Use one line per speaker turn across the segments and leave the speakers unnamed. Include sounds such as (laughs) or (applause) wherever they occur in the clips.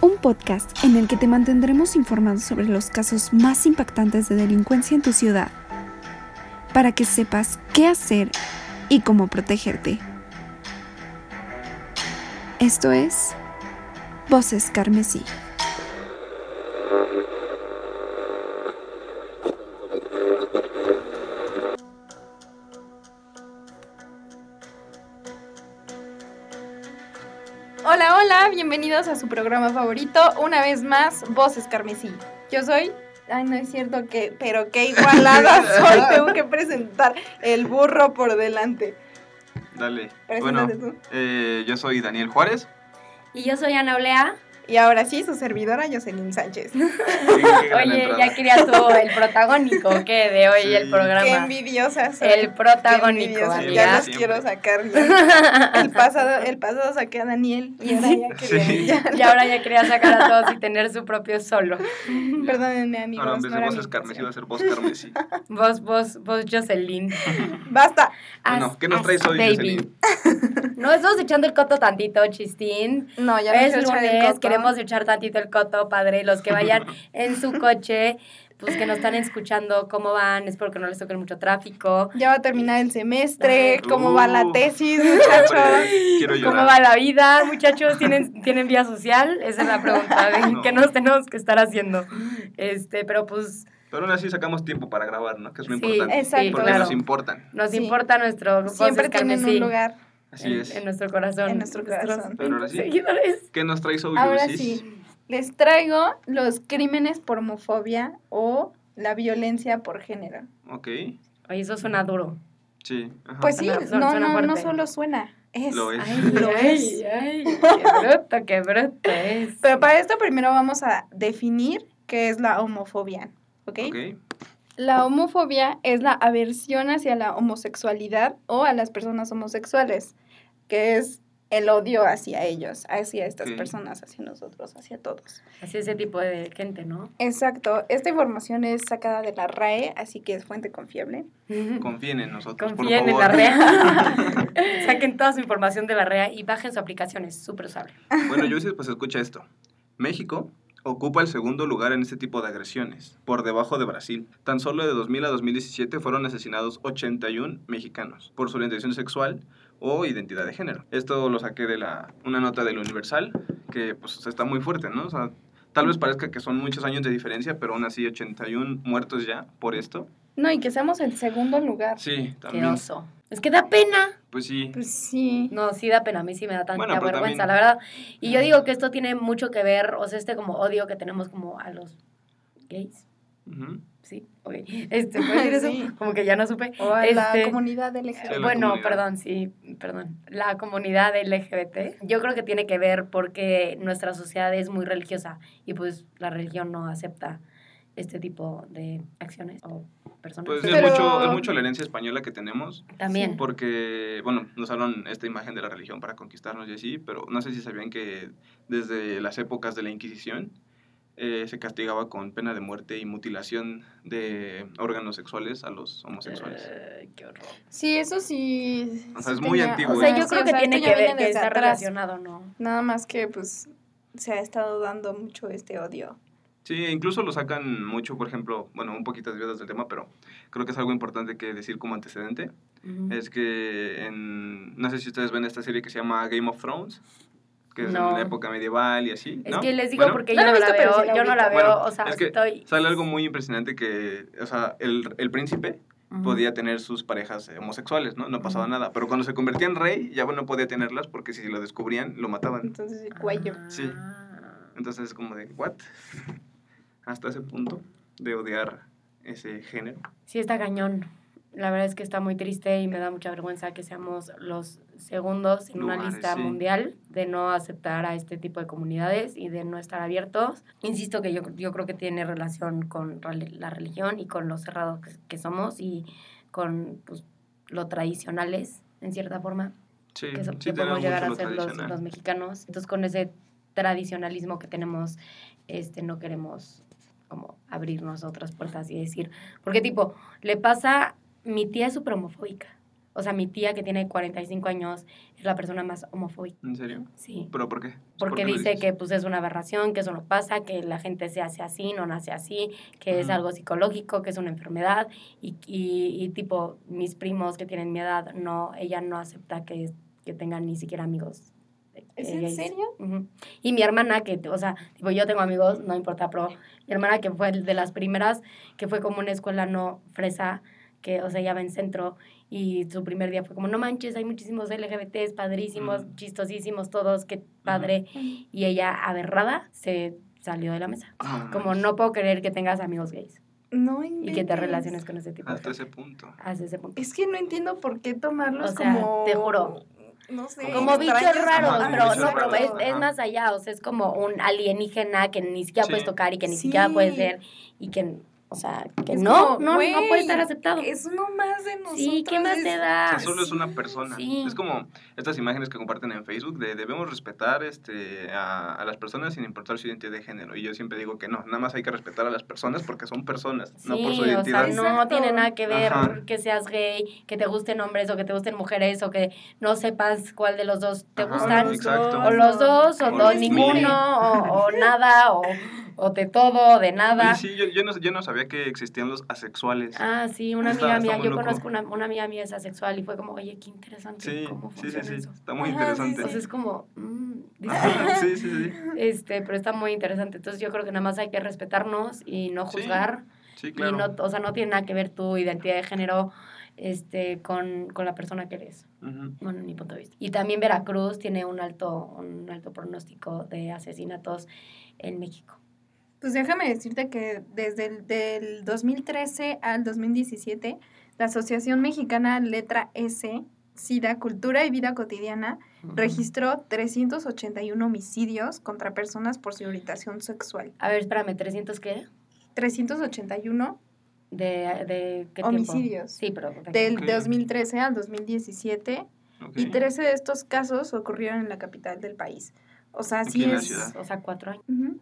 un podcast en el que te mantendremos informado sobre los casos más impactantes de delincuencia en tu ciudad, para que sepas qué hacer y cómo protegerte. Esto es Voces Carmesí.
Hola, hola, bienvenidos a su programa favorito, una vez más, Voces Carmesí. Yo soy. Ay, no es cierto que, pero qué igualada
(laughs)
soy, tengo que presentar el burro por delante.
Dale. Bueno,
Preséntate tú.
eh, yo soy
(laughs)
Daniel Juárez.
Y yo soy Ana Olea.
Y ahora sí, su servidora Jocelyn Sánchez.
Oye, ya quería tú el protagónico, ¿qué? De hoy
Sí.
el
Qué
programa.
envidiosa soy.
El
Qué
protagónico,
envidiosa.
amiga.
Ya los
amigas.
Siempre.
quiero sacar.
(laughs)
ya. El pasado, el pasado saqué a Daniel y ahora ya
Sí.
quería- ya.
Y ahora ya quería sacar a todos y tener su propio solo.
Perdónenme, amigos.
Ahora en vez
no
de
era
voces
mi
carmesí va a
intención.
ser voz
(laughs)
carmesí.
Vos, vos, vos, Jocelyn.
Basta.
Bueno, ¿qué nos
(laughs) As-
traes hoy,
baby.
Jocelyn?
No estamos echando el coto tantito, chistín.
No, ya
es
me quiero echar el
lunes,
coco.
queremos echar tantito el coto, padre. Los
(laughs)
que vayan en su coche, pues que nos están escuchando cómo van. Espero que no les toque mucho tráfico.
Ya va a terminar el semestre.
Ay.
¿Cómo va la
Uh.
tesis,
Hombre,
muchachos?
Quiero
¿Cómo
llorar.
va la vida, muchachos? ¿Tienen, ¿Tienen vía social? Esa es la pregunta de
No.
qué nos tenemos que estar haciendo. Este, pero pues
Pero aún así sacamos tiempo para grabar, ¿no? Que es lo
Sí,
importante.
exacto.
Porque
Claro.
nos importan.
nos
Sí.
importa nuestro grupo
Siempre
de
tienen
carmesí
un lugar.
Así
en,
es.
en nuestro corazón.
En nuestro
nuestros
corazón.
Pero ahora sí.
Seguidores.
¿Qué nos traes hoy,
Ahora
Luisis?
sí, les traigo los crímenes por homofobia o la violencia por género.
Ok.
Oye, eso suena duro.
Sí. ajá.
Pues sí,
Suena-
no,
suena
no, no,
fuerte.
solo suena, es.
(laughs) Lo es.
Ay,
Lo
ay,
es.
ay, qué bruto, qué bruto es.
Pero para esto primero vamos a definir qué es la homofobia, ¿ok?
Ok.
La homofobia es la aversión hacia la homosexualidad o a las personas homosexuales, que es el odio hacia ellos, hacia estas
Ok.
personas, hacia nosotros, hacia todos.
Así ese tipo de gente, ¿no?
Exacto, esta información es sacada de la RAE, así que es fuente confiable.
Confíen en nosotros,
Confíen
pues, por
en la
favor. (laughs)
REA. Saquen toda su información de la REA y bajen su aplicación, es súper usable.
Bueno, Luisis, pues escucha esto. México ocupa el segundo lugar en este tipo de agresiones, por debajo de Brasil. Tan solo de 2000 a 2017 fueron asesinados 81 mexicanos por su orientación sexual o identidad de género. Esto lo saqué de la, una nota del Universal, que pues o sea, está muy fuerte, ¿no? O sea, tal vez parezca que son muchos años de diferencia, pero aún así 81 muertos ya por esto.
No, y que seamos el segundo lugar.
Sí,
Qué
también.
oso. Es que da pena.
Pues sí.
Pues sí.
No, sí da pena, a mí sí me da tanta
Bueno, pero
vergüenza,
también-
la verdad. Y yo digo que esto tiene mucho que ver, o sea, este como odio que tenemos como a los gays,
Ujú.
¿sí? Ok. (laughs) Este, ¿puedo
(laughs)
decir eso?
Sí.
Como que ya no supe.
O a la
Este-
comunidad LGBT.
Sí, la
bueno,
comunidad.
perdón, sí, perdón. La comunidad LGBT. Yo creo que tiene que ver porque nuestra sociedad es muy religiosa y pues la religión no acepta este tipo de acciones o personas.
Pues
Pero-
es, mucho, es mucho la herencia española que tenemos.
También.
Porque, bueno, nos hablan esta imagen de la religión para conquistarnos y así, pero no sé si sabían que desde las épocas de la Inquisición eh, se castigaba con pena de muerte y mutilación de órganos sexuales a los homosexuales.
Eh, qué horror.
Sí, eso sí.
O sea,
sí
es muy
tenía-
antiguo, ¿eh?
O sea,
Bueno,
yo
sí,
creo
o
que
sea,
tiene
esto
que
ya
ver
viene
que
desde
está
atrás.
relacionado, ¿no?
Nada más que, pues, se ha estado dando mucho este odio.
Sí, incluso lo sacan mucho, por ejemplo, bueno, un poquito desviadas del tema, pero creo que es algo importante que decir como antecedente.
Ujú.
Es que en, no sé si ustedes ven esta serie que se llama Game of Thrones, que es
No.
en la época medieval y así.
Es
¿no?
que les digo
Bueno.
porque
No
yo
la
no
he
la
visto, pero sí
veo,
la
yo no la
ubico.
veo,
Bueno,
o sea,
es que
estoy...
Sale algo muy impresionante que, o sea, el, el príncipe
Ujú.
podía tener sus parejas eh, homosexuales, ¿no? No pasaba
Ujú.
nada. Pero cuando se convertía en rey, ya no podía tenerlas porque si lo descubrían, lo mataban.
Entonces, el cuello.
Ah.
Sí. Entonces es como de, ¿what? Hasta ese punto de odiar ese género.
Sí, está cañón. La verdad es que está muy triste y me da mucha vergüenza que seamos los segundos en una
Lugares,
lista
sí.
mundial de no aceptar a este tipo de comunidades y de no estar abiertos. Insisto que yo, yo creo que tiene relación con rel- la religión y con lo cerrados que, que somos y con pues, lo tradicionales, en cierta forma,
Sí,
que, so-
sí
que
tenemos
podemos
mucho
llegar a
lo
ser los,
tradicional.
los mexicanos. Entonces, con ese tradicionalismo que tenemos, este, no queremos como abrirnos a otras puertas y decir, porque tipo, le pasa, mi tía es súper homofóbica. O sea, mi tía que tiene 45 años es la persona más homofóbica.
¿En serio?
Sí.
¿Pero por qué?
Porque
¿Por qué lo
dice
dices?
que pues es una aberración, que eso no pasa, que la gente se hace así, no nace así, que es
Ujú.
algo psicológico, que es una enfermedad y, y- y, tipo mis primos que tienen mi edad, no, ella no acepta que, que tengan ni siquiera amigos. eh,
¿Es en
gays.
serio?
Ujú. Y mi hermana que, o sea, tipo, yo tengo amigos, no importa, pero mi hermana que fue de las primeras, que fue como una escuela no fresa, que, o sea, ella va en centro y su primer día fue como, no manches, hay muchísimos LGBTs padrísimos,
Ujú.
chistosísimos todos, qué padre. Y ella, aberrada, se salió de la mesa.
Ah, No
Como
manches.
no puedo creer que tengas amigos gays
No
y
inventes.
que te relaciones con ese tipo de
Hasta
gente.
ese punto.
Hasta ese punto.
Es que no entiendo por qué tomarlos
O sea,
como.
te juro.
No sé.
Como bichos
extraños,
raros,
Ajá,
pero,
bichos
no, pero
raros,
es,
ajá.
es más allá, o sea, es como un alienígena que ni siquiera
Sí.
puedes tocar y que ni
Sí.
siquiera puedes ver y que, o sea, que
Es
no,
como,
no, no
güey,
puede estar aceptado.
Es uno más de nosotros.
sí, ¿qué más
es-
te
O
da?
sea, solo es una persona.
Sí.
Es como estas imágenes que comparten en Facebook de debemos respetar este, a, a las personas sin importar su identidad de género. Y yo siempre digo que no, nada más hay que respetar a las personas porque son personas, no por
Sí,
su
o sea,
identidad.
no
Exacto.
tiene nada que ver
Ajá.
que seas gay, que te gusten hombres o que te gusten mujeres o que no sepas cuál de los dos te
Ajá,
gustan.
exacto.
O los dos, o
O
no,
los
ninguno, o, o nada, o, o de todo, o de nada.
Oye, sí, yo, yo no, yo no sabía que existían los asexuales.
Ah, sí, una
Está-
amiga
está
mía,
muy
yo
loco.
conozco una, una amiga mía es asexual y fue como, oye, qué interesante
sí,
cómo
sí,
funciona
sí, sí.
eso.
Está muy
Ajá, sí,
interesante.
O sea, es como, mm,
Ajá, (laughs)
disculpa,
sí, sí, sí.
(laughs) este, pero está muy interesante. Entonces yo creo que nada más hay que respetarnos y no
Sí,
juzgar.
Sí,
(laughs) Y
claro.
no, o sea, no tiene nada que ver tu identidad de género este, con, con la persona que eres.
Ujú.
Bueno, mi punto de vista. Y también Veracruz tiene un alto, un alto pronóstico de asesinatos en México.
Pues déjame decirte que desde el del 2013 al 2017, la Asociación Mexicana Letra S, SIDA, Cultura y Vida Cotidiana, registró 381 homicidios contra personas por su orientación sexual.
A ver, espérame, ¿300 qué?
381
¿De, de qué tiempo?
Homicidios.
Sí, pero... ¿de qué?
del
Ok.
2013 al 2017
Ok.
y 13 de estos casos ocurrieron en la capital del país. O sea,
Aquí
sí
en la
es...
ciudad.
O sea, cuatro años.
Ujú.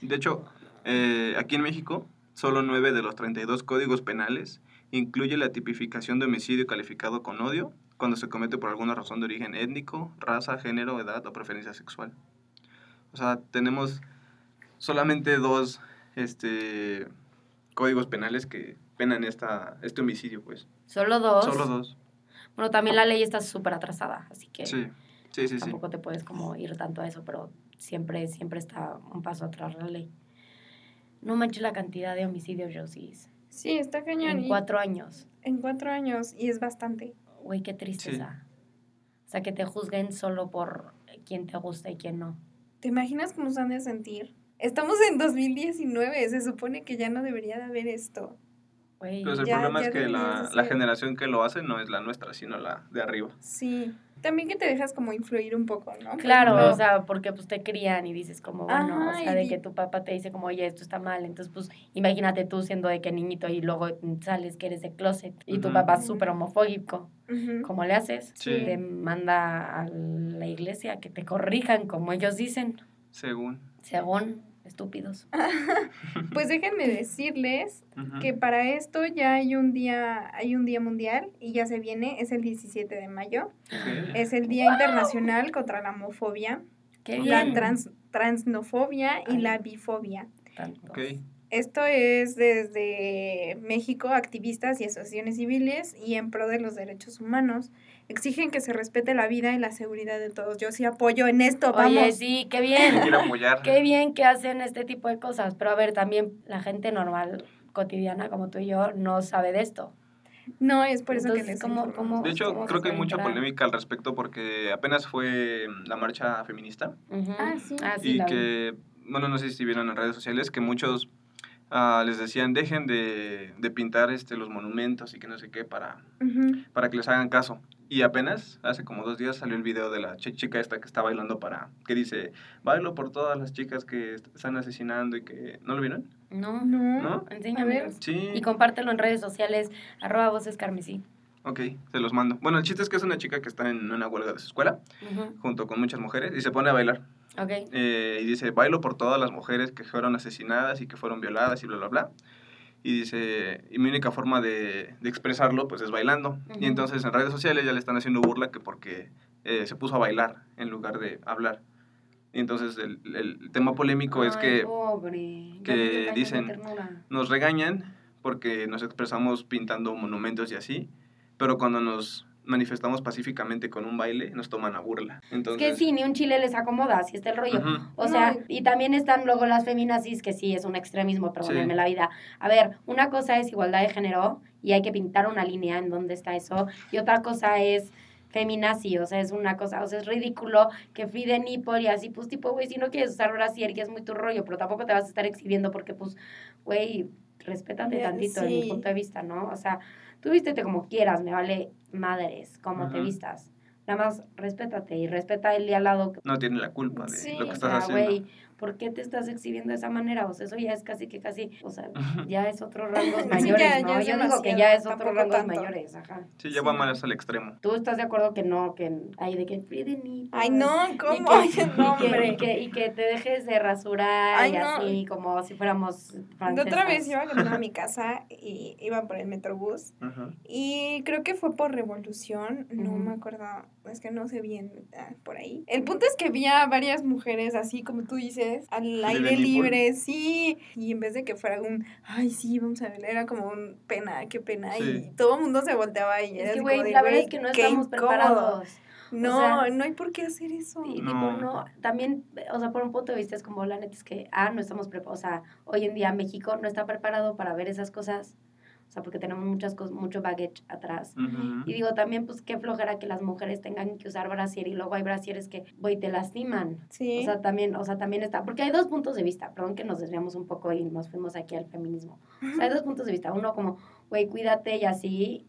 De hecho, eh, aquí en México, solo 9 de los 32 códigos penales incluye la tipificación de homicidio calificado con odio cuando se comete por alguna razón de origen étnico, raza, género, edad o preferencia sexual. O sea, tenemos solamente dos este, códigos penales que penan esta, este homicidio, pues.
Solo dos.
Solo dos.
Bueno, también la ley está súper atrasada, así que
Sí, sí, sí, sí.
tampoco te puedes como ir tanto a eso, pero siempre, siempre está un paso atrás la ley. No manches la cantidad de homicidios, Josis.
Sí, está cañón.
en
y-
cuatro años.
en cuatro años y es bastante.
Güey, qué tristeza. O sea, que te juzguen solo por quién te gusta y quién no.
¿Te imaginas cómo se han de sentir? Estamos en 2019, se supone que ya no debería de haber esto.
Güey,
Pues el
Ya-
problema
ya
es que
deberías
la,
de
la
ser.
generación que lo hace no es la nuestra, sino la de arriba.
Sí. También que te dejas como influir un poco, ¿no? Por
claro,
ejemplo,
o sea, porque pues te crían y dices como,
Ajá,
bueno, o sea, de
y-
que tu papá te dice como, oye, esto está mal. Entonces, pues imagínate tú siendo de que niñito y luego sales que eres de closet y tu
Ujú.
papá es súper homofóbico.
ujú.
¿Cómo le haces?
Sí.
Te manda a la iglesia que te corrijan como ellos dicen,
Según.
según estúpidos.
Pues déjenme decirles
Ujú.
que para esto ya hay un día, hay un día mundial y ya se viene, es el 17 de mayo.
Ok.
Es el Día Internacional contra la homofobia,
Qué
la
bien.
trans- transnofobia y
Ay.
la bifobia.
Tantos.
Ok.
Esto es desde México, activistas y asociaciones civiles y en pro de los derechos humanos. Exigen que se respete la vida y la seguridad de todos. Yo sí apoyo en esto, vamos.
Oye, sí, qué bien. (laughs)
quiero apoyar.
Qué bien que hacen este tipo de cosas, pero a ver, también la gente normal, cotidiana como tú y yo, no sabe de esto.
No, es por eso que
Entonces,
les
¿cómo-
informo.
cómo-
De hecho,
¿Cómo
creo que hay
se
mucha
entra?
polémica al respecto porque apenas fue mm, la marcha feminista
Ah, sí.
y
la vi.
que, bueno, no sé si vieron en redes sociales que muchos ah, les decían dejen de, de pintar este, los monumentos y que no sé qué para,
Ujú.
para que les hagan caso. Y apenas, hace como dos días, salió el video de la chi- chica esta que está bailando para, que dice, bailo por todas las chicas que est- están asesinando y que, ¿no lo vieron?
No,
No.
¿No?
enséñame.
A ver.
Sí.
Mm. Pues, Y compártelo en redes sociales, arroba voces carmesí.
Ok, se los mando. Bueno, el chiste es que es una chica que está en una huelga de su escuela,
Ujú,
junto con muchas mujeres, y se pone a bailar.
Ok.
eh, y dice, bailo por todas las mujeres que fueron asesinadas y que fueron violadas y bla, bla, bla. y dice, y mi única forma de, de expresarlo pues es bailando.
Ujú.
Y entonces en redes sociales ya le están haciendo burla que porque eh, se puso a bailar en lugar de hablar. Y entonces el, el tema polémico es
Ay,
que
pobre, ya
que
me dio caña de
dicen-
ternura.
nos regañan porque nos expresamos pintando monumentos y así, pero cuando nos manifestamos pacíficamente con un baile nos toman a burla.
Es
Entonces,
que sí, ni un chile les acomoda, así está el rollo.
ujú.
O sea,
No,
y también están luego las feminazis, que sí, es un extremismo, perdónenme
Sí.
la vida. A ver, una cosa es igualdad de género y hay que pintar una línea en donde está eso, y otra cosa es feminazi, o sea, es una cosa, o sea, es ridículo que Frida Nipple y así, pues tipo, güey, si no quieres usar brasier, que es muy tu rollo, pero tampoco te vas a estar exhibiendo porque, pues, güey, respétate
Ya,
tantito en mi
sí.
punto de vista, ¿no? O sea, tú vístete como quieras, me vale madres como te
Ajá.
vistas. Nada más respétate y respeta el de al lado que
no tiene la culpa de
Sí,
lo que
o
estás
sea,
haciendo.
güey, ¿por qué te estás exhibiendo de esa manera? O sea, eso ya es casi que casi, o sea,
Ujú.
ya es otro rango
(laughs) Sí,
mayores,
ya-
¿no?
ya es
Yo digo que
demasiado,
ya es otro
tampoco
rango
tanto.
mayores, ajá.
Sí, ya va más al extremo.
¿Tú estás de acuerdo que no, que hay de que piden y
Ay, no,
Y
¿cómo?
que-
(laughs) Ay, no,
Y que, y,
hombre.
que, y que te dejes de rasurar
Ay,
y
no.
así, como si fuéramos
De
francesas.
otra vez iba caminando a mi casa y iba por el metrobús
Ujú.
y creo que fue por Revolución, no
Ujú.
me acuerdo, es que no sé bien ah, por ahí. El punto es que vi a varias mujeres así como tú dices, al aire
Nipple.
libre, sí, y en vez de que fuera un, ay sí, vamos a ver, era como un pena, qué pena,
Sí.
y todo el mundo se volteaba y era
Es que,
así como
güey,
de,
la verdad
"Güey,
es que no
qué
estamos
incómodo".
preparados.
No,
sea,
no hay por qué hacer eso.
Y
No.
digo, no, también, o sea, por un punto de vista es como, la neta es que, ah, no estamos preparados, o sea, hoy en día México no está preparado para ver esas cosas, o sea, porque tenemos muchas cosas, mucho baggage atrás.
Ujú.
Y digo, también, pues, qué flojera que las mujeres tengan que usar brasier y luego hay brasieres que, güey, te lastiman.
Sí.
O sea, también, o sea, también está, porque hay dos puntos de vista, perdón que nos desviamos un poco y nos fuimos aquí al feminismo. O sea, hay dos puntos de vista, uno como, güey, cuídate y así,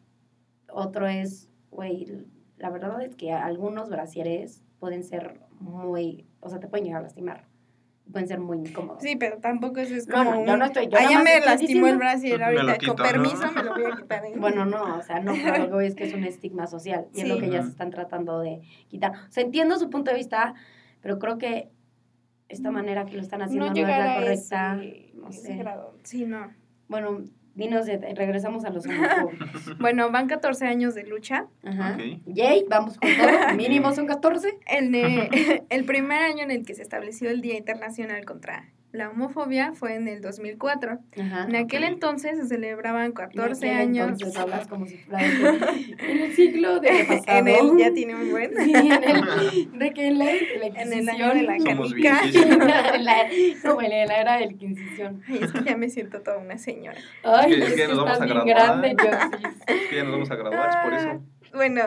otro es, güey, la verdad es que algunos brasieres pueden ser muy, o sea, te pueden llegar a lastimar, pueden ser muy incómodos.
sí, pero tampoco eso es
No,
como
no,
un...
yo no estoy, yo
Ah,
nada
ya
más
me
estoy
lastimó el
diciendo-
brasier
Me
ahorita.
lo quito,
Con permiso
¿no?
me lo voy (laughs) a quitar. ¿eh?
Bueno, no, o sea, no, pero lo que voy es que es un estigma social y es lo
Sí.
que ya
Ujú.
se están tratando de quitar. O sea, entiendo su punto de vista, pero creo que esta manera que lo están haciendo no, es
Mm. llegar
la
a
correcta.
ese-
no
ese
sé.
grado. Sí, no.
Bueno, dinos, de- regresamos a los
(laughs)
homofóbicos.
Bueno, van 14 años de lucha.
Ajá.
Ok.
Yay, vamos con
(laughs)
todo. Mínimo son 14.
El, de- (laughs) el primer año en el que se estableció el Día Internacional contra la Homofobia fue en el 2004.
Ajá.
En aquel
Ok.
entonces se celebraban 14
En aquel
años. (laughs)
Entonces hablas como si fuera de- en el siglo de pasado.
en el, ya tiene un buen.
Sí, en el,
(laughs)
de que en la, la
En el año de la
Inquisición.
Somos
canica.
viejísimos.
(laughs) En la- como en la era de la Inquisición.
(laughs) Ay, es que ya me siento toda una señora.
Ay,
Es que- es
es
que
que
nos vamos
estás
a
bien
graduar.
grande, (laughs) yo
Es que ya nos vamos a graduar, es por eso.
ah.
Bueno,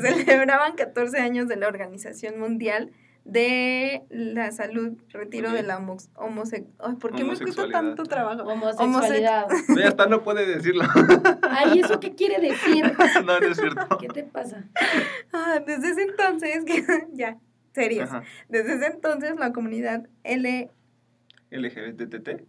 se
(laughs)
celebraban 14 años de la Organización Mundial de la Salud, retiro
Ok.
de la homosexualidad. ¿Por qué me cuesta
Homosexualidad.
tanto trabajo?
Homosexualidad.
No, ya está, no puede
(laughs)
decirlo. (laughs)
Ay, ¿eso qué quiere decir?
no, no es cierto.
¿Qué te pasa?
Ah, desde ese entonces, que, (laughs) ya, serios.
Ajá.
Desde ese entonces la comunidad L...
LGBTT.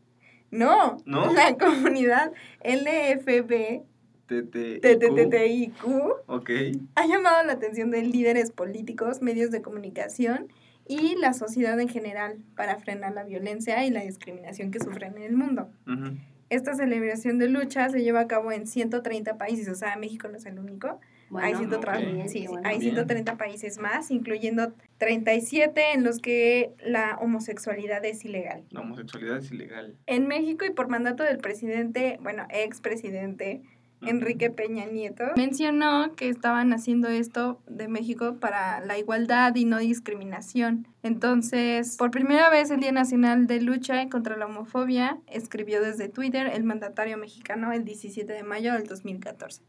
No,
¿No?
la comunidad LFB,
TT.
TTTIQ,
Ok.
ha llamado la atención de líderes políticos, medios de comunicación y la sociedad en general para frenar la violencia y la discriminación que sufren en el mundo.
Ujú.
Esta celebración de lucha se lleva a cabo en 130 países, o sea, México no es el único. hay,
Bueno,
130,
bien,
sí, sí,
bueno.
hay
Bien.
130 países más, incluyendo 37 en los que la homosexualidad es ilegal.
La homosexualidad es ilegal.
En México y por mandato del presidente, bueno, expresidente Enrique Peña Nieto, mencionó que estaban haciendo esto de México para la igualdad y no discriminación. Entonces, por primera vez el Día Nacional de Lucha contra la Homofobia escribió desde Twitter el mandatario mexicano el 17 de mayo del 2014.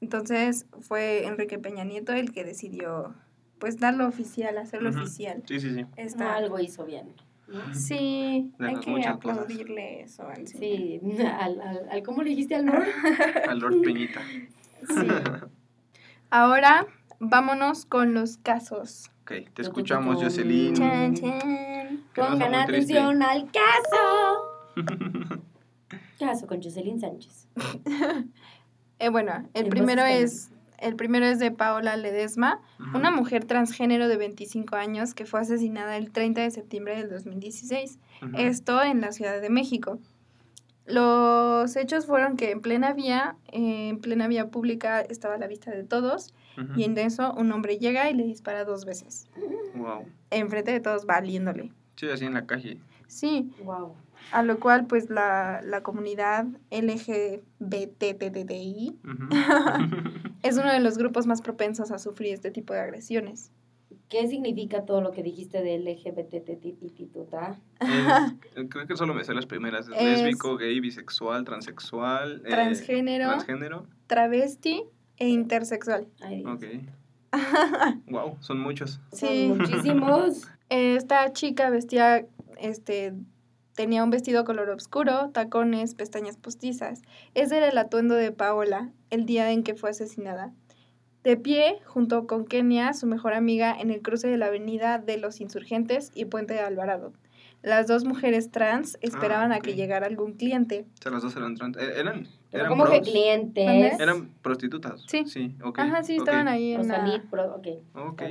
Entonces, fue Enrique Peña Nieto el que decidió pues darlo oficial, hacerlo
Ujú.
oficial.
Sí,
(laughs)
sí, sí.
No,
Esta,
algo hizo bien. ¿no?
sí,
De
hay
las
que
muchas cosas.
aplaudirle eso al señor. (laughs)
Sí, (laughs) al, al, al- ¿cómo le dijiste al Lord?
Al Lord Peñita.
Sí. Ahora vámonos con los casos.
Ok, te escuchamos, Jocelyn.
Chan.
Que no está
Pongan
muy triste.
atención al caso. Caso con Jocelyn Sánchez.
Eh, bueno, el
En
primero
voces
es el primero es de Paola Ledesma, una mujer transgénero de 25 años que fue asesinada el 30 de septiembre del 2016,
Ujú.
esto en la Ciudad de México. Los hechos fueron que en plena vía, eh, en plena vía pública estaba a la vista de todos
Ujú.
y en eso un hombre llega y le dispara dos veces,
Wow.
enfrente de todos valiéndole.
Sí, así en la calle.
Sí,
Wow.
a lo cual pues la, la comunidad LGBTTTI
Ujú.
(laughs)
es uno de los grupos más propensos a sufrir este tipo de agresiones.
¿Qué significa todo lo que dijiste del LGBTTTTTTA?
Es- eh, creo que solo me sé las primeras. Es
Es-
lésbico, gay, bisexual, transexual. eh,
Transgénero.
transgénero.
Travesti e intersexual. (laughs)
Ay, Dios.
Ok. wow, son muchos.
Son
Sí.
muchísimos.
Esta chica vestía, este, tenía un vestido color oscuro, tacones, pestañas postizas. Ese era el atuendo de Paola el día en que fue asesinada. De pie, junto con Kenia, su mejor amiga, en el cruce de la avenida de los Insurgentes y Puente de Alvarado. Las dos mujeres trans esperaban a
Ah, ok.
que llegara algún cliente.
O sea, las dos eran trans. eh, eran,
Pero
eran,
como que
pros-
clientes.
¿Mande?
eran prostitutas.
Sí.
Sí, ok.
Ajá, sí,
ok,
estaban ahí
O
en
sea,
la...
ni pro- ok.
Ok.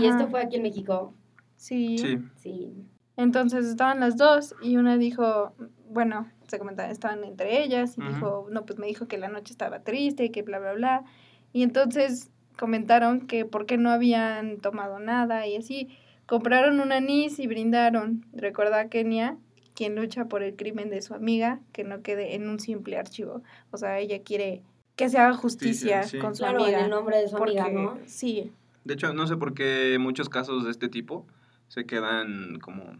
Y esto
Ajá,
fue aquí en México.
Sí.
Sí.
Sí.
Entonces estaban las dos y una dijo, bueno, se comentaban, estaban entre ellas y
Ujú.
dijo, no, pues me dijo que la noche estaba triste y que bla, bla, bla. Y entonces comentaron que por qué no habían tomado nada y así. Compraron un anís y brindaron. Recuerda a Kenia, quien lucha por el crimen de su amiga, que no quede en un simple archivo. O sea, ella quiere que se haga justicia,
Justicia, sí.
con su
Claro,
amiga.
en el nombre de su
porque,
amiga, ¿no?
Sí,
De hecho, no sé por qué muchos casos de este tipo se quedan como
Sí,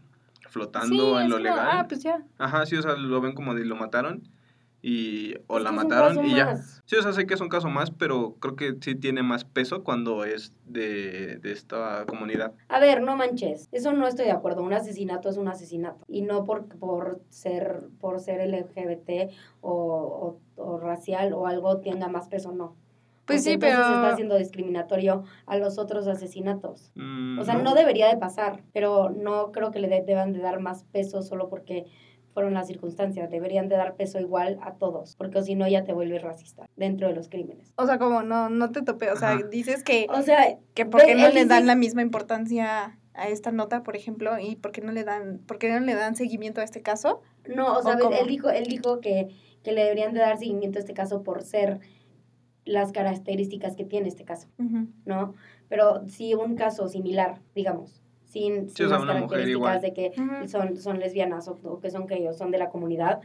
flotando
es
en lo
como,
legal.
Ah, pues ya.
Ajá, sí, o sea, lo ven como de lo mataron y o
Es
la
que es un
mataron
caso
y ya.
más.
Sí, o sea, sé que es un caso más, pero creo que sí tiene más peso cuando es de, de esta comunidad.
A ver, no manches. Eso no estoy de acuerdo. Un asesinato es un asesinato. Y no por, por ser por ser LGBT o, o- o racial o algo tenga más peso, no.
Pues
Porque
sí,
entonces
pero...
está siendo discriminatorio a los otros asesinatos.
Mm,
O sea, no debería de pasar, pero no creo que le de- deban de dar más peso solo porque fueron las circunstancias. Deberían de dar peso igual a todos, porque si no ya te vuelves racista dentro de los crímenes.
O sea, como no, no te topé, o sea,
Ajá.
dices que,
O sea,
que por qué
ve,
no
él
le dan
dice-
la misma importancia a esta nota, por ejemplo, y por qué no le dan, por qué no le dan seguimiento a este caso.
no, o
¿O
sea, ves,
cómo?
él dijo, él dijo que, que le deberían de dar seguimiento a este caso por ser las características que tiene este caso, ¿no? Pero sí un caso similar, digamos, sin,
Sí,
sin
o sea,
las
una mujer igual.
características de que
Ujú.
son, son lesbianas o, o que son que ellos son de la comunidad,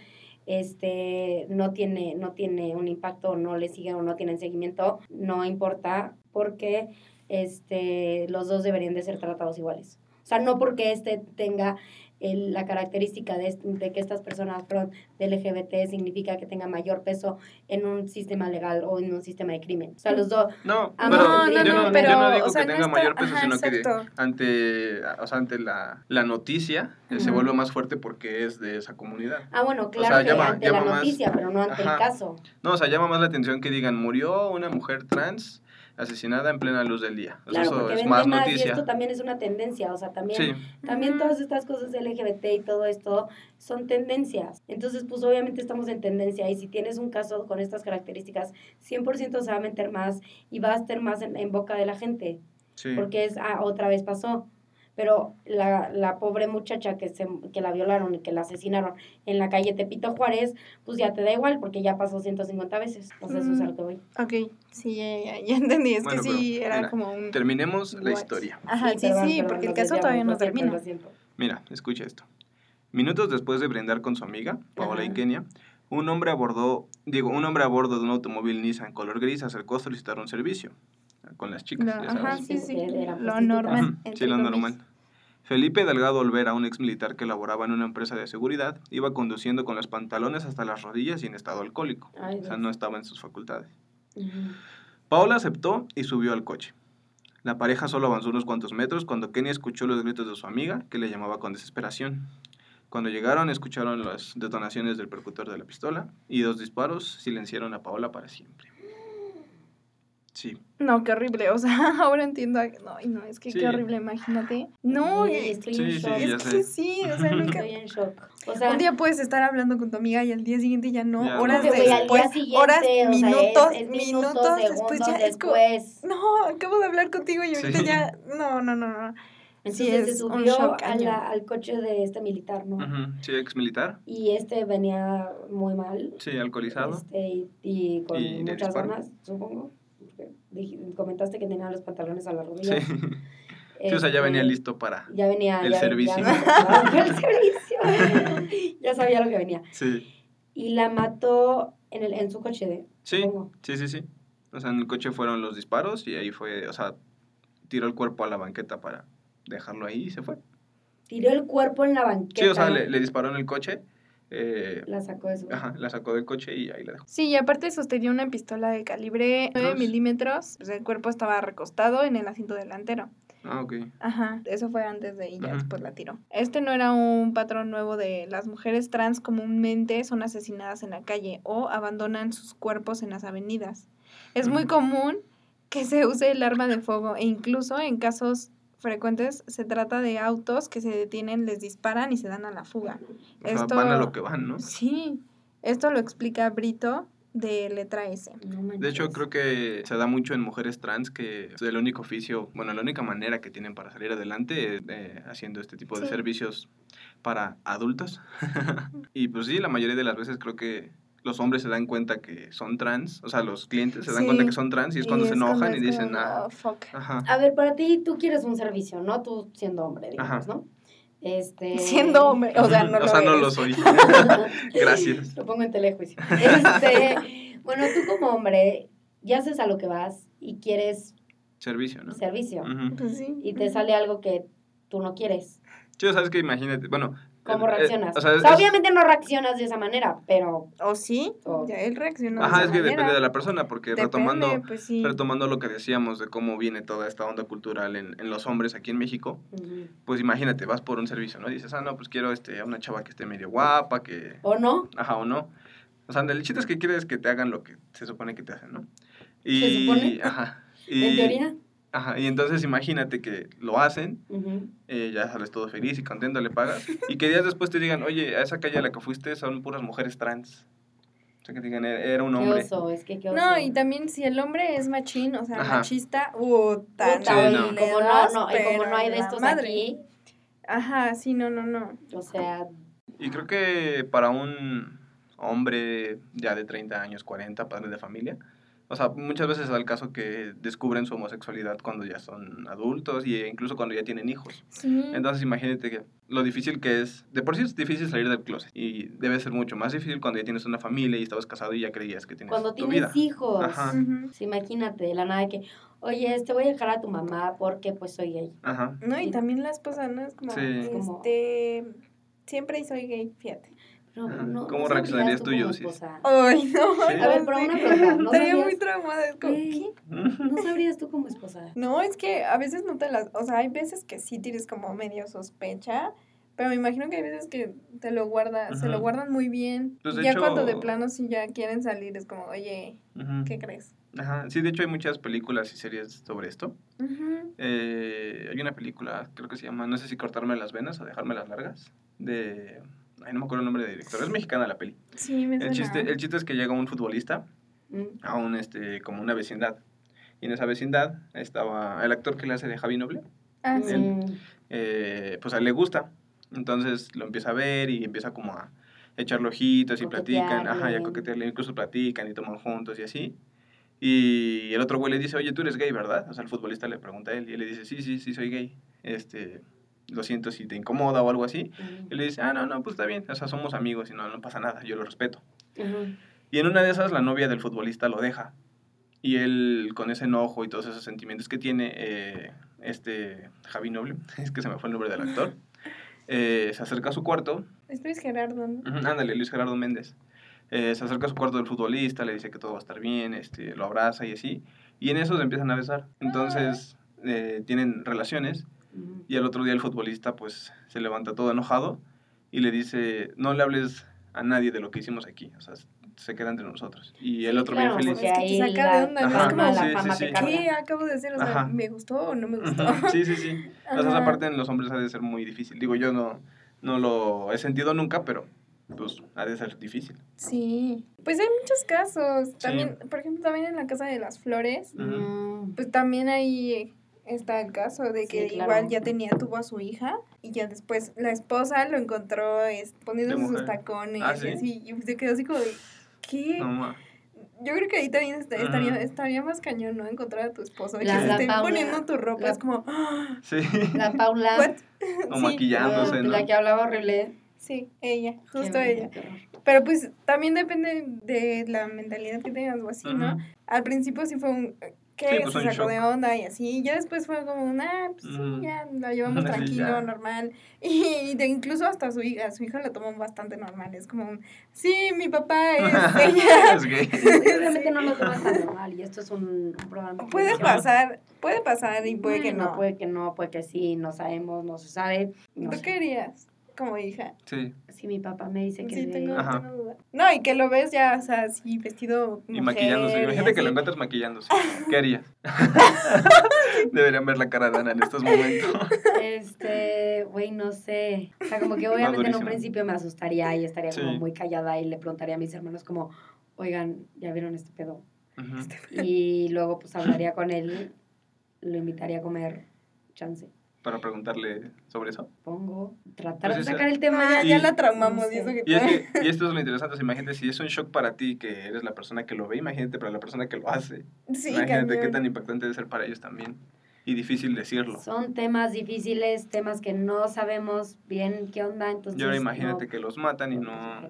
este, no tiene, no tiene un impacto, no le siguen o no tienen seguimiento, no importa, porque este, los dos deberían de ser tratados iguales. O sea, no porque este tenga el- la característica de, est- de que estas personas perdón, de LGBT significa que tenga mayor peso en un sistema legal o en un sistema de crimen. O sea, los dos,
No,
Ah,
pero
no, no,
yo, no,
no,
yo
pero,
no digo
o sea,
que
no
tenga
está-
mayor peso,
ajá,
sino
exacto.
que ante, o sea, ante la, la noticia eh, se
Ujú.
vuelve más fuerte porque es de esa comunidad.
ah, bueno, claro
sea,
que
llama-
ante
llama
la
más-
noticia, pero no ante
Ajá.
el caso.
No, o sea, llama más la atención que digan, murió una mujer trans asesinada en plena luz del día. O sea,
Claro, porque
eso es
vende
más
más, y
noticia.
esto también es una tendencia, o sea, también
Sí,
También
Ujú.
todas estas cosas LGBT y todo esto son tendencias. Entonces, pues obviamente estamos en tendencia y si tienes un caso con estas características, 100% se va a meter más y va a estar más en, en boca de la gente,
sí.
porque es, ah, otra vez pasó. Pero la, la pobre muchacha que, se, que la violaron y que la asesinaron en la calle Tepito Juárez, pues ya te da igual porque ya pasó 150 veces. Entonces, eso es a lo que voy.
Ok, sí, ya, ya- ya entendí, es
Bueno,
que sí,
pero,
era
mira,
como un...
Terminemos la
what.
historia.
Ajá, sí,
perdón,
sí,
perdón,
porque el
nos
caso
desviamos,
todavía
lo
no
siento,
termina.
lo siento.
Mira, escucha esto. Minutos después de brindar con su amiga, Paola y
Ajá.
Kenia, un hombre abordó, digo, un hombre a bordo de un automóvil Nissan color gris acercó a solicitar un servicio con las chicas,
No,
ya
ajá,
sabes.
sí, sí,
Porque era
lo
prostituta.
normal.
Ujú,
entre
sí, lo
comillas.
normal. Felipe Delgado Olvera, un ex militar que laboraba en una empresa de seguridad, iba conduciendo con los pantalones hasta las rodillas y en estado alcohólico.
Ay,
O sea,
Dios.
no estaba en sus facultades.
Ujú.
Paola aceptó y subió al coche. La pareja solo avanzó unos cuantos metros cuando Kenny escuchó los gritos de su amiga, que le llamaba con desesperación. Cuando llegaron, escucharon las detonaciones del percutor de la pistola y dos disparos silenciaron a Paola para siempre. Sí.
No, qué horrible, o sea, (laughs) ahora entiendo, a- no, y no, es que
Sí.
qué horrible, imagínate. No,
Sí,
es,
estoy en
Sí, sí,
shock.
ya
es
sé.
que sí, o sea, nunca...
Estoy en shock. O sea,
un día puedes estar hablando con tu amiga y al día siguiente ya no,
Ya
horas
no. Porque, güey, al
después,
siguiente,
horas,
o sea, es-
minutos,
es
minutos, después
segundos
ya es como,
después.
no, acabo de hablar contigo y ahorita
Sí.
ya, no, no, no, no. Sí,
Entonces se
es un shock
subió a
cañón.
la- al coche de este militar, ¿no?
Ujú, Sí, ex militar.
Y este venía muy mal.
Sí, alcoholizado.
Este, y, y con
Y le
muchas
disparó.
ganas, supongo. porque dij- comentaste que tenía los pantalones a la
Sí.
rodilla.
Sí, o sea, Este, ya
Este,
venía listo para.
Ya venía.
El
ya- ya
servicio.
(laughs) me tocaba el servicio. (laughs) ya sabía lo que venía.
Sí.
Y la mató en, el, en su coche de.
Sí,
supongo.
sí, sí, sí. O sea, en el coche fueron los disparos y ahí fue, o sea, tiró el cuerpo a la banqueta para dejarlo ahí y se fue.
Tiró el cuerpo en la banqueta.
Sí, o sea, le, le disparó en el coche, eh,
La sacó de su.
ajá, la sacó del coche y ahí la dejó.
Sí, y aparte sostenía una pistola de calibre 9
Dos.
milímetros. O sea, el cuerpo estaba recostado en el asiento delantero.
Ah, ok.
Ajá, eso fue antes de y ya
Ajá.
después la tiró. Este no era un patrón nuevo de las mujeres trans comúnmente son asesinadas en la calle o abandonan sus cuerpos en las avenidas. Es muy
Ujú.
común que se use el arma de fuego e incluso en casos frecuentes se trata de autos que se detienen, les disparan y se dan a la fuga.
O sea,
Esto-
van a lo que van, ¿no?
Sí, esto lo explica Brito de letra S.
No manches.
De
pues.
hecho, creo que se da mucho en mujeres trans que el único oficio, bueno, la única manera que tienen para salir adelante es eh, haciendo este tipo de
Sí.
servicios para adultos. (laughs) y pues sí, la mayoría de las veces creo que los hombres se dan cuenta que son trans, o sea, los clientes se dan
Sí.
cuenta que son trans y es cuando se enojan y
es
dicen,
como,
ah,
"Oh, fuck". (laughs)
ajá,
A ver, para ti, tú quieres un servicio, ¿no? Tú siendo hombre, digamos,
Ajá.
¿no?
(laughs)
Este...
Siendo
(laughs)
hombre, ah, o sea, no,
(laughs) o sea,
lo,
no
eres. (laughs)
lo soy. Gracias.
Lo pongo en telejuicio. Este, bueno, tú como hombre, ya sabes a lo que vas y quieres
Servicio, ¿no?
servicio.
Ujú.
Pues sí.
Y te sale algo que tú no quieres.
Sí, o sabes que imagínate, bueno.
¿Cómo
eh, eh,
reaccionas?
o sea,
O sea,
es-
obviamente no reaccionas de esa manera, pero
O sí,
O-
ya él reaccionó.
Ajá,
de
es
esa
que depende
manera.
de la persona, porque
Depende,
retomando
pues sí.
Retomando lo que decíamos de cómo viene toda esta onda cultural en, en los hombres aquí en México,
ujú.
pues imagínate, vas por un servicio, ¿no? Dices, ah, no, pues quiero este, a una chava que esté medio guapa, que...
o no,
Ajá, o no. O sea, el chiste es que quieres que te hagan lo que se supone que te hacen, ¿no? Y,
¿Se supone?
Ajá. Y,
(laughs) en teoría.
Ajá, y entonces imagínate que lo hacen,
ujú.
eh, ya sales todo feliz y contento, le pagas, y que días después te digan, oye, a esa calle a la que fuiste son puras mujeres trans. O sea, que te digan, "Era- era un
Qué
hombre.
oso, es que qué oso.
No, y también si el hombre es machín, o sea,
Ajá.
machista, uh, tan
Puta,
Sí,
oye,
le
no.
como no,
das,
no, y como
pero
no hay de
la
estos
madre.
aquí,
Ajá, sí, no, no, no.
o sea,
Y creo que para un hombre ya de 30 años, 40, padre de familia, o sea, muchas veces es el caso que descubren su homosexualidad cuando ya son adultos e incluso cuando ya tienen hijos.
Sí.
Mm.
Entonces imagínate que lo difícil que es, de por sí es difícil salir del closet y debe ser mucho más difícil cuando ya tienes una familia y estabas casado y ya creías que tienes
cuando
tu vida.
tienes hijos,
Ajá.
Ujú.
pues, imagínate, de la nada que, oye, te voy a dejar a tu mamá porque pues soy gay. (laughs)
Ajá.
No, y también la esposa, ¿no? Es como,
Sí. Es
como-
este, siempre soy gay, fíjate.
Pero,
Ajá.
no,
¿Cómo
no sabrías
reaccionarías tú,
como
Yosis?
esposa.
Ay, no.
Sí.
A ver, pero una pregunta, ¿no
Estaría
sabías?
muy traumada, es como,
Güey.
¿qué?
¿No sabrías tú
(laughs)
como esposa?
No, es que a veces no te las. O sea, hay veces que sí tienes como medio sospecha. Pero me imagino que hay veces que te lo guarda, se lo
Ajá.
guardan muy bien.
Pues,
y
de
ya
hecho-
cuando de plano sí ya quieren salir, es como, oye,
Ujú.
¿qué crees?
Ajá. Sí, de hecho hay muchas películas y series sobre esto.
Ujú.
Eh, hay una película, creo que se llama, no sé si cortarme las venas o dejarme las largas, de... Ay, no me acuerdo el nombre de director, es mexicana la peli.
Sí, me suena.
El chiste, el chiste es que llega un futbolista
Mm.
a un, este, como una vecindad. Y en esa vecindad estaba el actor que le hace de Javi Noble,
Ah, sí.
el-
Mm.
eh, pues a él le gusta. Entonces lo empieza a ver y empieza como a echarle ojitos y platican, ajá, ya
Coquetearle.
coquetearle, incluso platican y toman juntos y así. Y el otro güey le dice, oye, tú eres gay, ¿verdad? O sea, el futbolista le pregunta a él y él le dice, sí, sí, sí, soy gay. Este, lo siento si te incomoda o algo así.
Mm.
Y le dice, ah, no, no, pues está bien, o sea, somos amigos y no, no pasa nada, yo lo respeto.
Ajá.
Y en una de esas, la novia del futbolista lo deja. Y él, con ese enojo y todos esos sentimientos que tiene, eh, este Javi Noble, (laughs) es que se me fue el nombre del actor, eh, se acerca a su cuarto.
Esto es Gerardo, ¿no?
Ujú, Ándale, Luis Gerardo Méndez. Eh, se acerca a su cuarto del futbolista, le dice que todo va a estar bien, este, lo abraza y así. Y en eso se empiezan a besar. Entonces, eh, tienen relaciones.
Mm.
Y al otro día el futbolista pues se levanta todo enojado y le dice, no le hables a nadie de lo que hicimos aquí, o sea, se queda entre nosotros. Y el otro
claro,
bien
Es que
feliz.
porque ahí
te saca de
la-
onda, ¿no?
Ajá,
es como,
sí,
la fama
sí,
te
sí.
carga.
¿qué acabo de decir? O sea,
Ajá.
¿me gustó o no me gustó?
Ujú, (laughs) Sí, sí, sí. O sea,
Ajá.
esa parte en los hombres ha de ser muy difícil. Digo, yo no, no lo he sentido nunca, pero pues ha de ser difícil.
(laughs) Sí. Pues hay muchos casos. También, por ejemplo, también en la Casa de las Flores.
Ujú.
Mm.
Pues también ahí está el caso de que
Sí, claro.
igual ya tenía, tuvo a su hija y ya después la esposa lo encontró es,
De
poniéndose sus
mujer.
tacones
Ah,
y
¿sí?
así, y se quedó así como de, ¿qué?
No, Mm. ma.
Yo creo que ahí también está- estaría,
Ajá.
estaría más cañón, ¿no? Encontrar a tu esposo y
La-
que se
la
estén
Paula-
poniendo tu ropa,
la-
es como, ¡ah!
Sí.
La Paula.
¿What?
o
sí,
maquillándose,
ah,
¿no?
La que hablaba horrible.
Sí, ella,
Qué
justo
horror,
ella.
qué horror.
Pero pues también depende de la mentalidad que tengas o así, ¿no?
Ujú.
Al principio sí fue un...
Sí,
que
pues,
se
un
sacó
shock.
de onda y así. Y ya después fue como una, pues sí,
Mm.
ya lo llevamos
(laughs) Sí,
tranquilo,
ya.
normal. (laughs) Y, de- incluso hasta su hija, su hija lo tomó bastante normal. Es como, un, sí, mi papá
(laughs)
es ella.
Es gay.
Obviamente no lo tomas tan normal y esto es un, un programa. de
puede
televisión.
pasar, puede pasar y puede que
Bueno,
no.
Mm, Puede que no, puede que sí, no sabemos, no se sabe. No
¿Tú
sé.
qué harías como hija?
Sí.
Si mi papá me dice que
Sí,
de-
tengo,
Ajá.
tengo duda. No, y que lo ves ya, o sea, así vestido
Y maquillándose. Imagínate que lo encuentras maquillándose. ¿Qué harías? (laughs) Deberían ver la cara de Ana en estos momentos.
Este, güey, no sé. O sea, como
(laughs)
que obviamente en un
durísimo.
principio me asustaría y estaría como
Sí.
muy callada y le preguntaría a mis hermanos como, oigan, ¿ya vieron este pedo?
Ujú.
Y luego pues hablaría con él, lo invitaría a comer, chance,
Para preguntarle sobre eso.
pongo, tratar
Pues
de
esa-
sacar el
No, ya,
tema.
Y-
ya la traumamos.
no
y, eso que
sé.
Y, es que- y esto es lo interesante. o sea, imagínate, si es un shock para ti, que eres la persona que lo ve, imagínate para la persona que lo hace.
sí,
imagínate qué
cañón.
tan impactante debe ser para ellos también. Y difícil decirlo.
Son temas difíciles, temas que no sabemos bien qué onda, entonces...
Y ahora imagínate
no-
que los matan y no, Ah.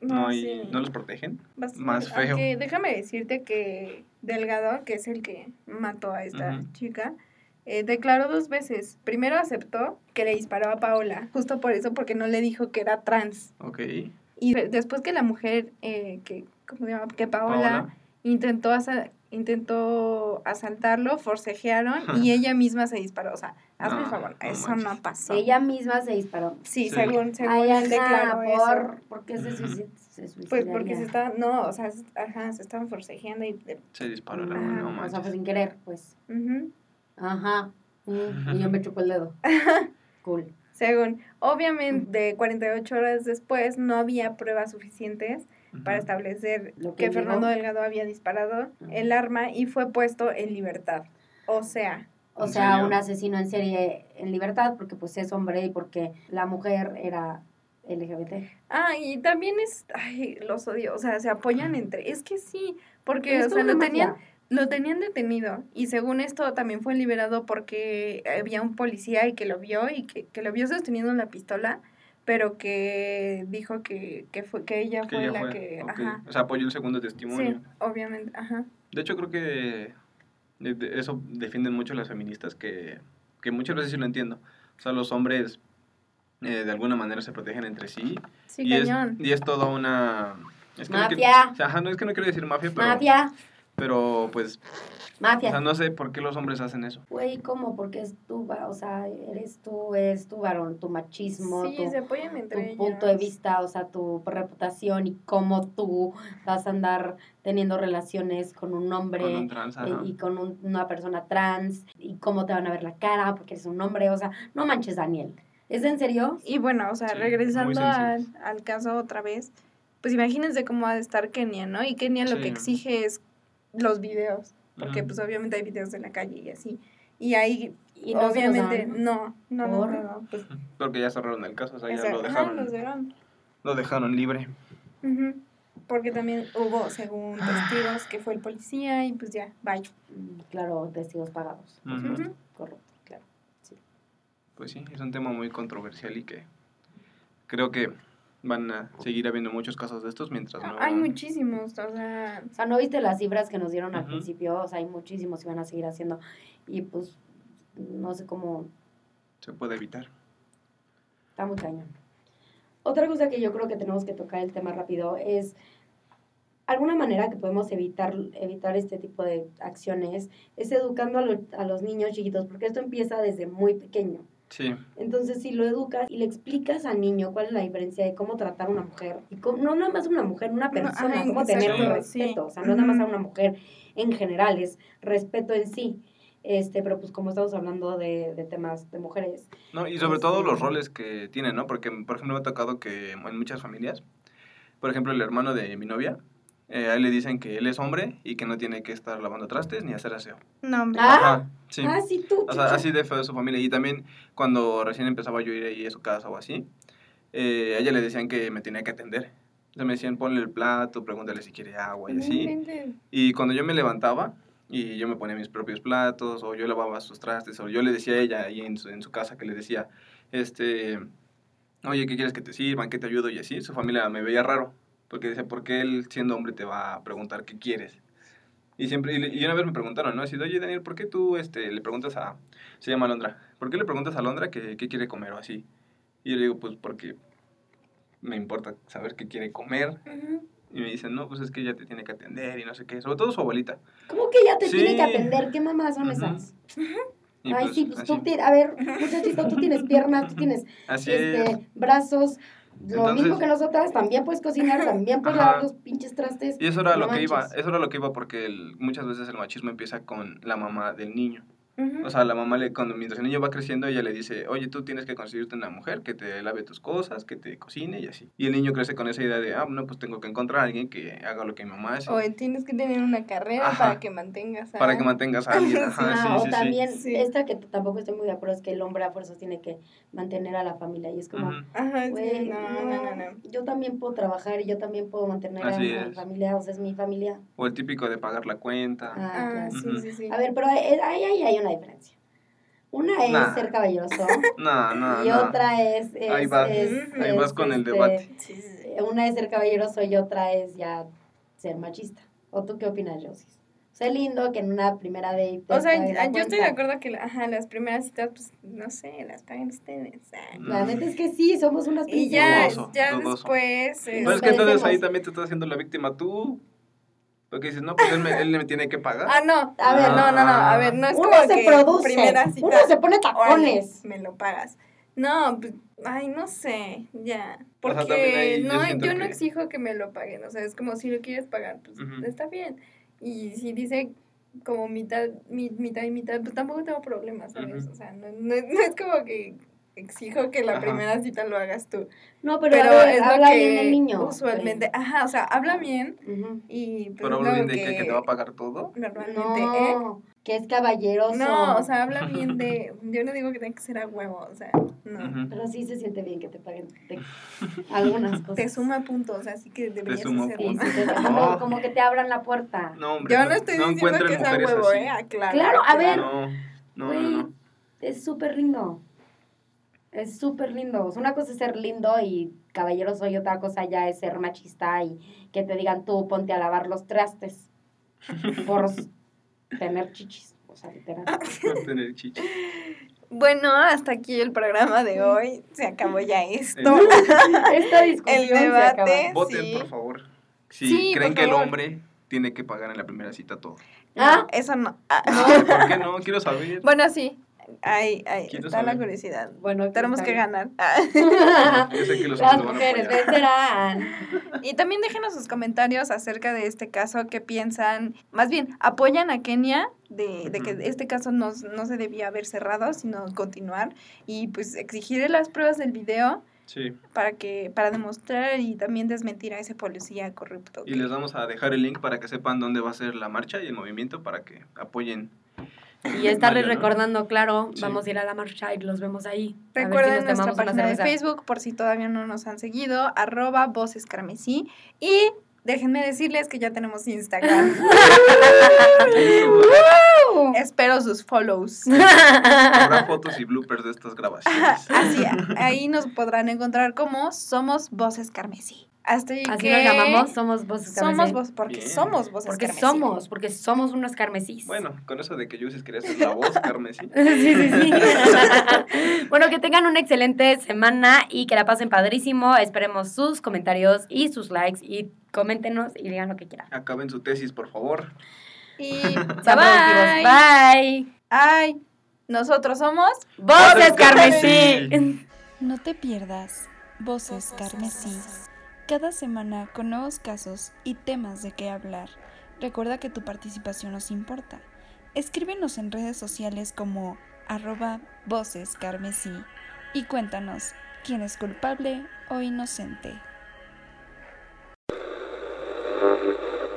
no, hay-
sí.
no los protegen.
Bastante-
más feo.
aunque déjame decirte que Delgado, que es el que mató a esta
Ujú.
chica, eh, declaró dos veces. Primero aceptó que le disparó a Paola, justo por eso, porque no le dijo que era trans.
Ok.
Y de- después que la mujer, eh, que, ¿cómo se llama? Que Paola,
Paola.
intentó asa- intentó asaltarlo, forcejearon y ella misma se disparó. O sea, hazme
No,
el favor,
no
eso
manches.
no pasó.
Ella misma se disparó.
Sí,
Sí.
según, según
Ay,
él
ajá,
declaró eso.
por, ¿por qué se,
Ujú.
suicid, se suicidaría?
Pues porque se estaban, no, o sea, es- ajá, se estaban forcejeando y... de-
Se disparó la
Ajá,
mano. No
Ah, o sea, fue
manches.
sin querer, pues.
ujú.
Ajá. mm, Y yo me chupé el
(laughs)
dedo. Cool.
Según, obviamente, de 48 horas después no había pruebas suficientes para
Ujú.
establecer
Lo que
que
llegó.
Fernando Delgado había disparado el arma y fue puesto en libertad. O sea,
O
¿En
sea,
serio?
un asesino en serie en libertad porque pues es hombre y porque la mujer era LGBT.
ah, y también es, ay, los odio, o sea, se apoyan entre, es que sí, porque,
Es
o
toda
sea,
una
lo
mafia.
tenían, lo tenían detenido y según esto también fue liberado porque había un policía y que lo vio y que, que lo vio sosteniendo la pistola, pero que dijo que, que fue, que ella
Que
fue
ya
la
fue.
que,
ok.
ajá.
O sea, apoyó el segundo testimonio.
Sí, obviamente, ajá.
De hecho, creo que de- de- eso defienden mucho las feministas, que, que muchas veces sí lo entiendo. O sea, los hombres eh, de alguna manera se protegen entre sí.
Sí,
y, es,
cañón.
y es toda una... Es que no quiero-
Mafia.
o sea, ajá, no es que no quiero decir mafia, pero,
Mafia,
pero pues, o sea,
mafia.
no sé por qué los hombres hacen eso.
Güey, ¿cómo? Porque es tu, va- o sea, eres tú, es tu varón, tu machismo,
Sí,
tu,
se apoyan
tu
entre
punto de
ellas.
vista, o sea, tu reputación y cómo tú vas a andar teniendo relaciones con un hombre.
Con un trans,
eh,
ajá.
y con un- una persona trans y cómo te van a ver la cara porque eres un hombre, o sea, no manches Daniel. ¿Es en serio?
Y bueno, o sea,
Sí, muy
regresando al,
sensibles.
al caso otra vez, pues imagínense cómo ha de estar Kenia, ¿no? Y Kenia lo
Sí.
que exige es los videos, porque
Ujú.
pues obviamente hay videos de la calle y así. Y ahí,
Y no se los
obviamente,
dan.
no, no, no,
¿Por?
no, no, pues,
Porque ya cerraron el caso, o sea, ya
o sea,
lo
ajá,
dejaron.
los dejaron.
Lo dejaron libre.
Ujú. Porque también hubo, según
Ah.
testigos, que fue el policía y pues ya, bye.
Mm, Claro, testigos pagados.
Pues,
por
Ujú.
supuesto, Corrupto, claro.
Pues sí, es un tema muy controversial y que creo que van a seguir habiendo muchos casos de estos mientras
Ah,
no...
Hay muchísimos, o sea,
O sea, ¿no viste las cifras que nos dieron al
Ujú.
principio? O sea, hay muchísimos que van a seguir haciendo. Y pues, no sé cómo,
se puede evitar.
está muy cañón. Otra cosa que yo creo que tenemos que tocar el tema rápido es alguna manera que podemos evitar, evitar este tipo de acciones es educando a, lo- a los niños chiquitos, porque esto empieza desde muy pequeño.
Sí,
Entonces, si lo educas y le explicas al niño cuál es la diferencia de cómo tratar a una mujer, y cómo- no nada más una mujer, una persona,
ajá,
cómo tener un
exacto,
respeto,
sí.
o sea, no nada más a
Ujú.
una mujer en general, es respeto en sí. Este, pero pues como estamos hablando de, de temas de mujeres,
No, y sobre todo
Este-
los roles que tienen, ¿no? Porque, por ejemplo, me ha tocado que en muchas familias, por ejemplo, el hermano de mi novia eh, ahí le dicen que él es hombre y que no tiene que estar lavando trastes ni hacer aseo.
No, hombre.
Ah.
Ajá, sí.
Ah, sí, tú.
O sea, así de feo de su familia. Y también cuando recién empezaba yo a ir ahí a su casa o así, eh, a ella le decían que me tenía que atender. O sea, me decían, ponle el plato, pregúntale si quiere agua y así.
Realmente.
Y cuando yo me levantaba y yo me ponía mis propios platos o yo lavaba sus trastes o yo le decía a ella ahí en su, en su casa que le decía, este, oye, ¿qué quieres que te sirvan? ¿Qué te ayudo? Y así, su familia me veía raro. Porque decía, ¿por qué él siendo hombre te va a preguntar qué quieres? Y siempre, y le- y una vez me preguntaron, ¿no? Así, de, oye, Daniel, ¿por qué tú este, le preguntas a, se llama Alondra, ¿por qué le preguntas a Alondra que- qué quiere comer o así? Y yo le digo, pues porque me importa saber qué quiere comer.
Ujú.
Y me dicen, no, pues es que ella te tiene que atender y no sé qué. Sobre todo su abuelita.
¿Cómo que ya te
Sí.
tiene que atender? ¿Qué mamás son
Ujú.
esas?
Y
Ay, sí, pues tú
así-
tienes, a ver, muchachito, tú tienes piernas, tú tienes
Así es.
este, brazos, lo
Entonces-
mismo que nosotras, también puedes
(laughs)
cocinar, también puedes
Ajá.
lavar los pinches trastes.
Y eso era
no
lo que iba,
manches.
eso era lo que iba porque el- muchas veces el machismo empieza con la mamá del niño.
Ujú.
O sea, la mamá, le, cuando mientras el niño va creciendo, ella le dice, oye, tú tienes que conseguirte una mujer que te lave tus cosas, que te cocine y así. Y el niño crece con esa idea de, ah, no, pues tengo que encontrar a alguien que haga lo que mi mamá hace.
O el tienes que tener una carrera
Ajá.
para que mantengas a...
Para que mantengas a
(laughs)
alguien. Ajá,
Ah,
sí,
o
sí, sí.
también
Sí.
esta que t- tampoco estoy muy de acuerdo es que el hombre a fuerzas tiene que mantener a la familia y es como,
Ujú.
Ajá, sí,
güey,
no, no, no, no.
yo también puedo trabajar y yo también puedo mantener
Así
a mi
es.
familia, o sea, es mi familia.
O el típico de pagar la cuenta.
Ah,
Ah,
claro.
sí,
Ujú.
sí, sí.
A ver, pero eh, ahí, ahí hay una diferencia. Una es
Nah.
ser caballeroso
No, no,
y
Ah, no.
otra es... es-
Ahí vas,
es-
ahí
es,
vas con el
este,
debate.
Sí, sí, sí.
Una es ser caballeroso y otra es ya ser machista. ¿O tú qué opinas, Josis? O sea, lindo que en una primera date...
O sea, ah,
te hagas la
yo estoy de
cuenta.
acuerdo que la- ajá, las primeras citas, pues, no sé, las pagan ustedes. ah.
Mm.
La neta es que sí, somos unas
Y ya,
princesas.
Dudoso,
ya
dudoso.
después...
Pero
eh,
Pero Pues es que entonces
Parecemos.
ahí también te estás haciendo la víctima tú. Porque dices, no, pues él me, él me tiene que pagar.
Ah, no, a
Ah.
ver, no, no, no, a ver, no es
uno
como
se
que
produce,
primera cita.
uno se pone
órale,
tacones.
me lo pagas. No, pues, ay, no sé, ya. Porque
también ahí yo
no, yo,
siento
no
que-
exijo que me lo paguen. O sea, es como si lo quieres pagar, pues
Ujú.
está bien. Y si dice como mitad, mi- mitad y mitad, pues tampoco tengo problemas, ¿sabes?
Ujú.
O sea, no, no, (laughs) no es como que exijo que la
Ajá.
primera cita lo hagas tú.
No, pero,
Pero,
a ver,
es lo
habla
que
bien del niño. pues.
usualmente, ajá, o sea, habla bien
güey. Ujú.
y pues
Pero
lo
hablo bien de
que,
que, que te va a pagar todo.
normalmente, ¿eh?
No, que es caballeroso.
No, o sea, habla bien de. Yo no digo que tenga que ser a huevo, o sea, no.
Ujú.
Pero sí se siente bien que te paguen te- algunas
(laughs)
cosas.
Te suma puntos, así que deberías
suma
hacerlo.
(laughs) Sí,
(laughs)
puntos.
sí, te- como, como que te abran la puerta.
No, hombre.
Yo no estoy diciendo
encuentren
que es a
mujeres
huevo,
así.
¿eh? Aclaro.
Claro, a ver.
No, no, no, no.
Es súper lindo. Es súper lindo. O sea, una cosa es ser lindo y caballeroso y otra cosa ya es ser machista y que te digan tú ponte a lavar los (laughs) trastes por s- tener chichis. O sea, (laughs) literal.
Por
(laughs)
tener chichi. Eh,
Bueno, hasta aquí el programa de hoy. Se acabó ya esto.
Esta discusión
El
se acaba.
debate.
Voten,
Sí.
por favor. Si
Sí,
creen
por
que el
favor.
hombre tiene que pagar en la primera cita todo.
Ah.
Eso no. (laughs) Ah. (laughs)
¿Por qué no? Quiero saber.
Bueno, sí. Ahí, ahí
Quiero
está la
saber.
curiosidad.
Bueno,
Tenemos que
está
ganar. Ah.
bien. (laughs)
Yo sé que los
Las
hombres lo van a
mujeres
apoyar.
vencerán.
Y también déjenos sus comentarios acerca de este caso, qué piensan, más bien, ¿apoyan a Kenia de, de que
Ujú.
este caso no, no se debía haber cerrado, sino continuar? Y pues exigir las pruebas del video
Sí.
para que para demostrar y también desmentir a ese policía corrupto.
Y les vamos a dejar el link para que sepan dónde va a ser la marcha y el movimiento para que apoyen.
Y
Mario,
estarles
¿no?
recordando, claro,
Sí.
vamos a ir a la marcha y los vemos ahí. A ver si
Recuerden
nos
nuestra
tomamos una
página de
cerveza.
Facebook por si todavía no nos han seguido, arroba voces carmesí. Y déjenme decirles que ya tenemos
(laughs)
Instagram. Espero sus follows.
(laughs)
(laughs)
Habrá fotos y bloopers de estas grabaciones.
Así, ahí nos podrán encontrar como Somos Voces Carmesí. Hasta
Así
que
nos llamamos, somos voces
Somos
carmesí.
voces, porque
Bien.
somos voces
porque
carmesí.
somos, porque somos unos carmesís.
Bueno, con eso de que yo quería hacer la voz, Carmesí.
(laughs) Sí, sí, (laughs) sí. bueno, que tengan una excelente semana y que la pasen padrísimo. Esperemos sus comentarios y sus likes y coméntenos y digan lo que quieran.
Acaben su tesis, por favor.
(laughs)
Y
Sean productivos.
bye.
Bye.
Ay, nosotros somos
Voces
Voces
carmesí.
carmesí.
No te pierdas Voces Carmesí, cada semana con nuevos casos y temas de qué hablar. Recuerda que tu participación nos importa. Escríbenos en redes sociales como arroba Voces Carmesí y cuéntanos quién es culpable o inocente.
Bye.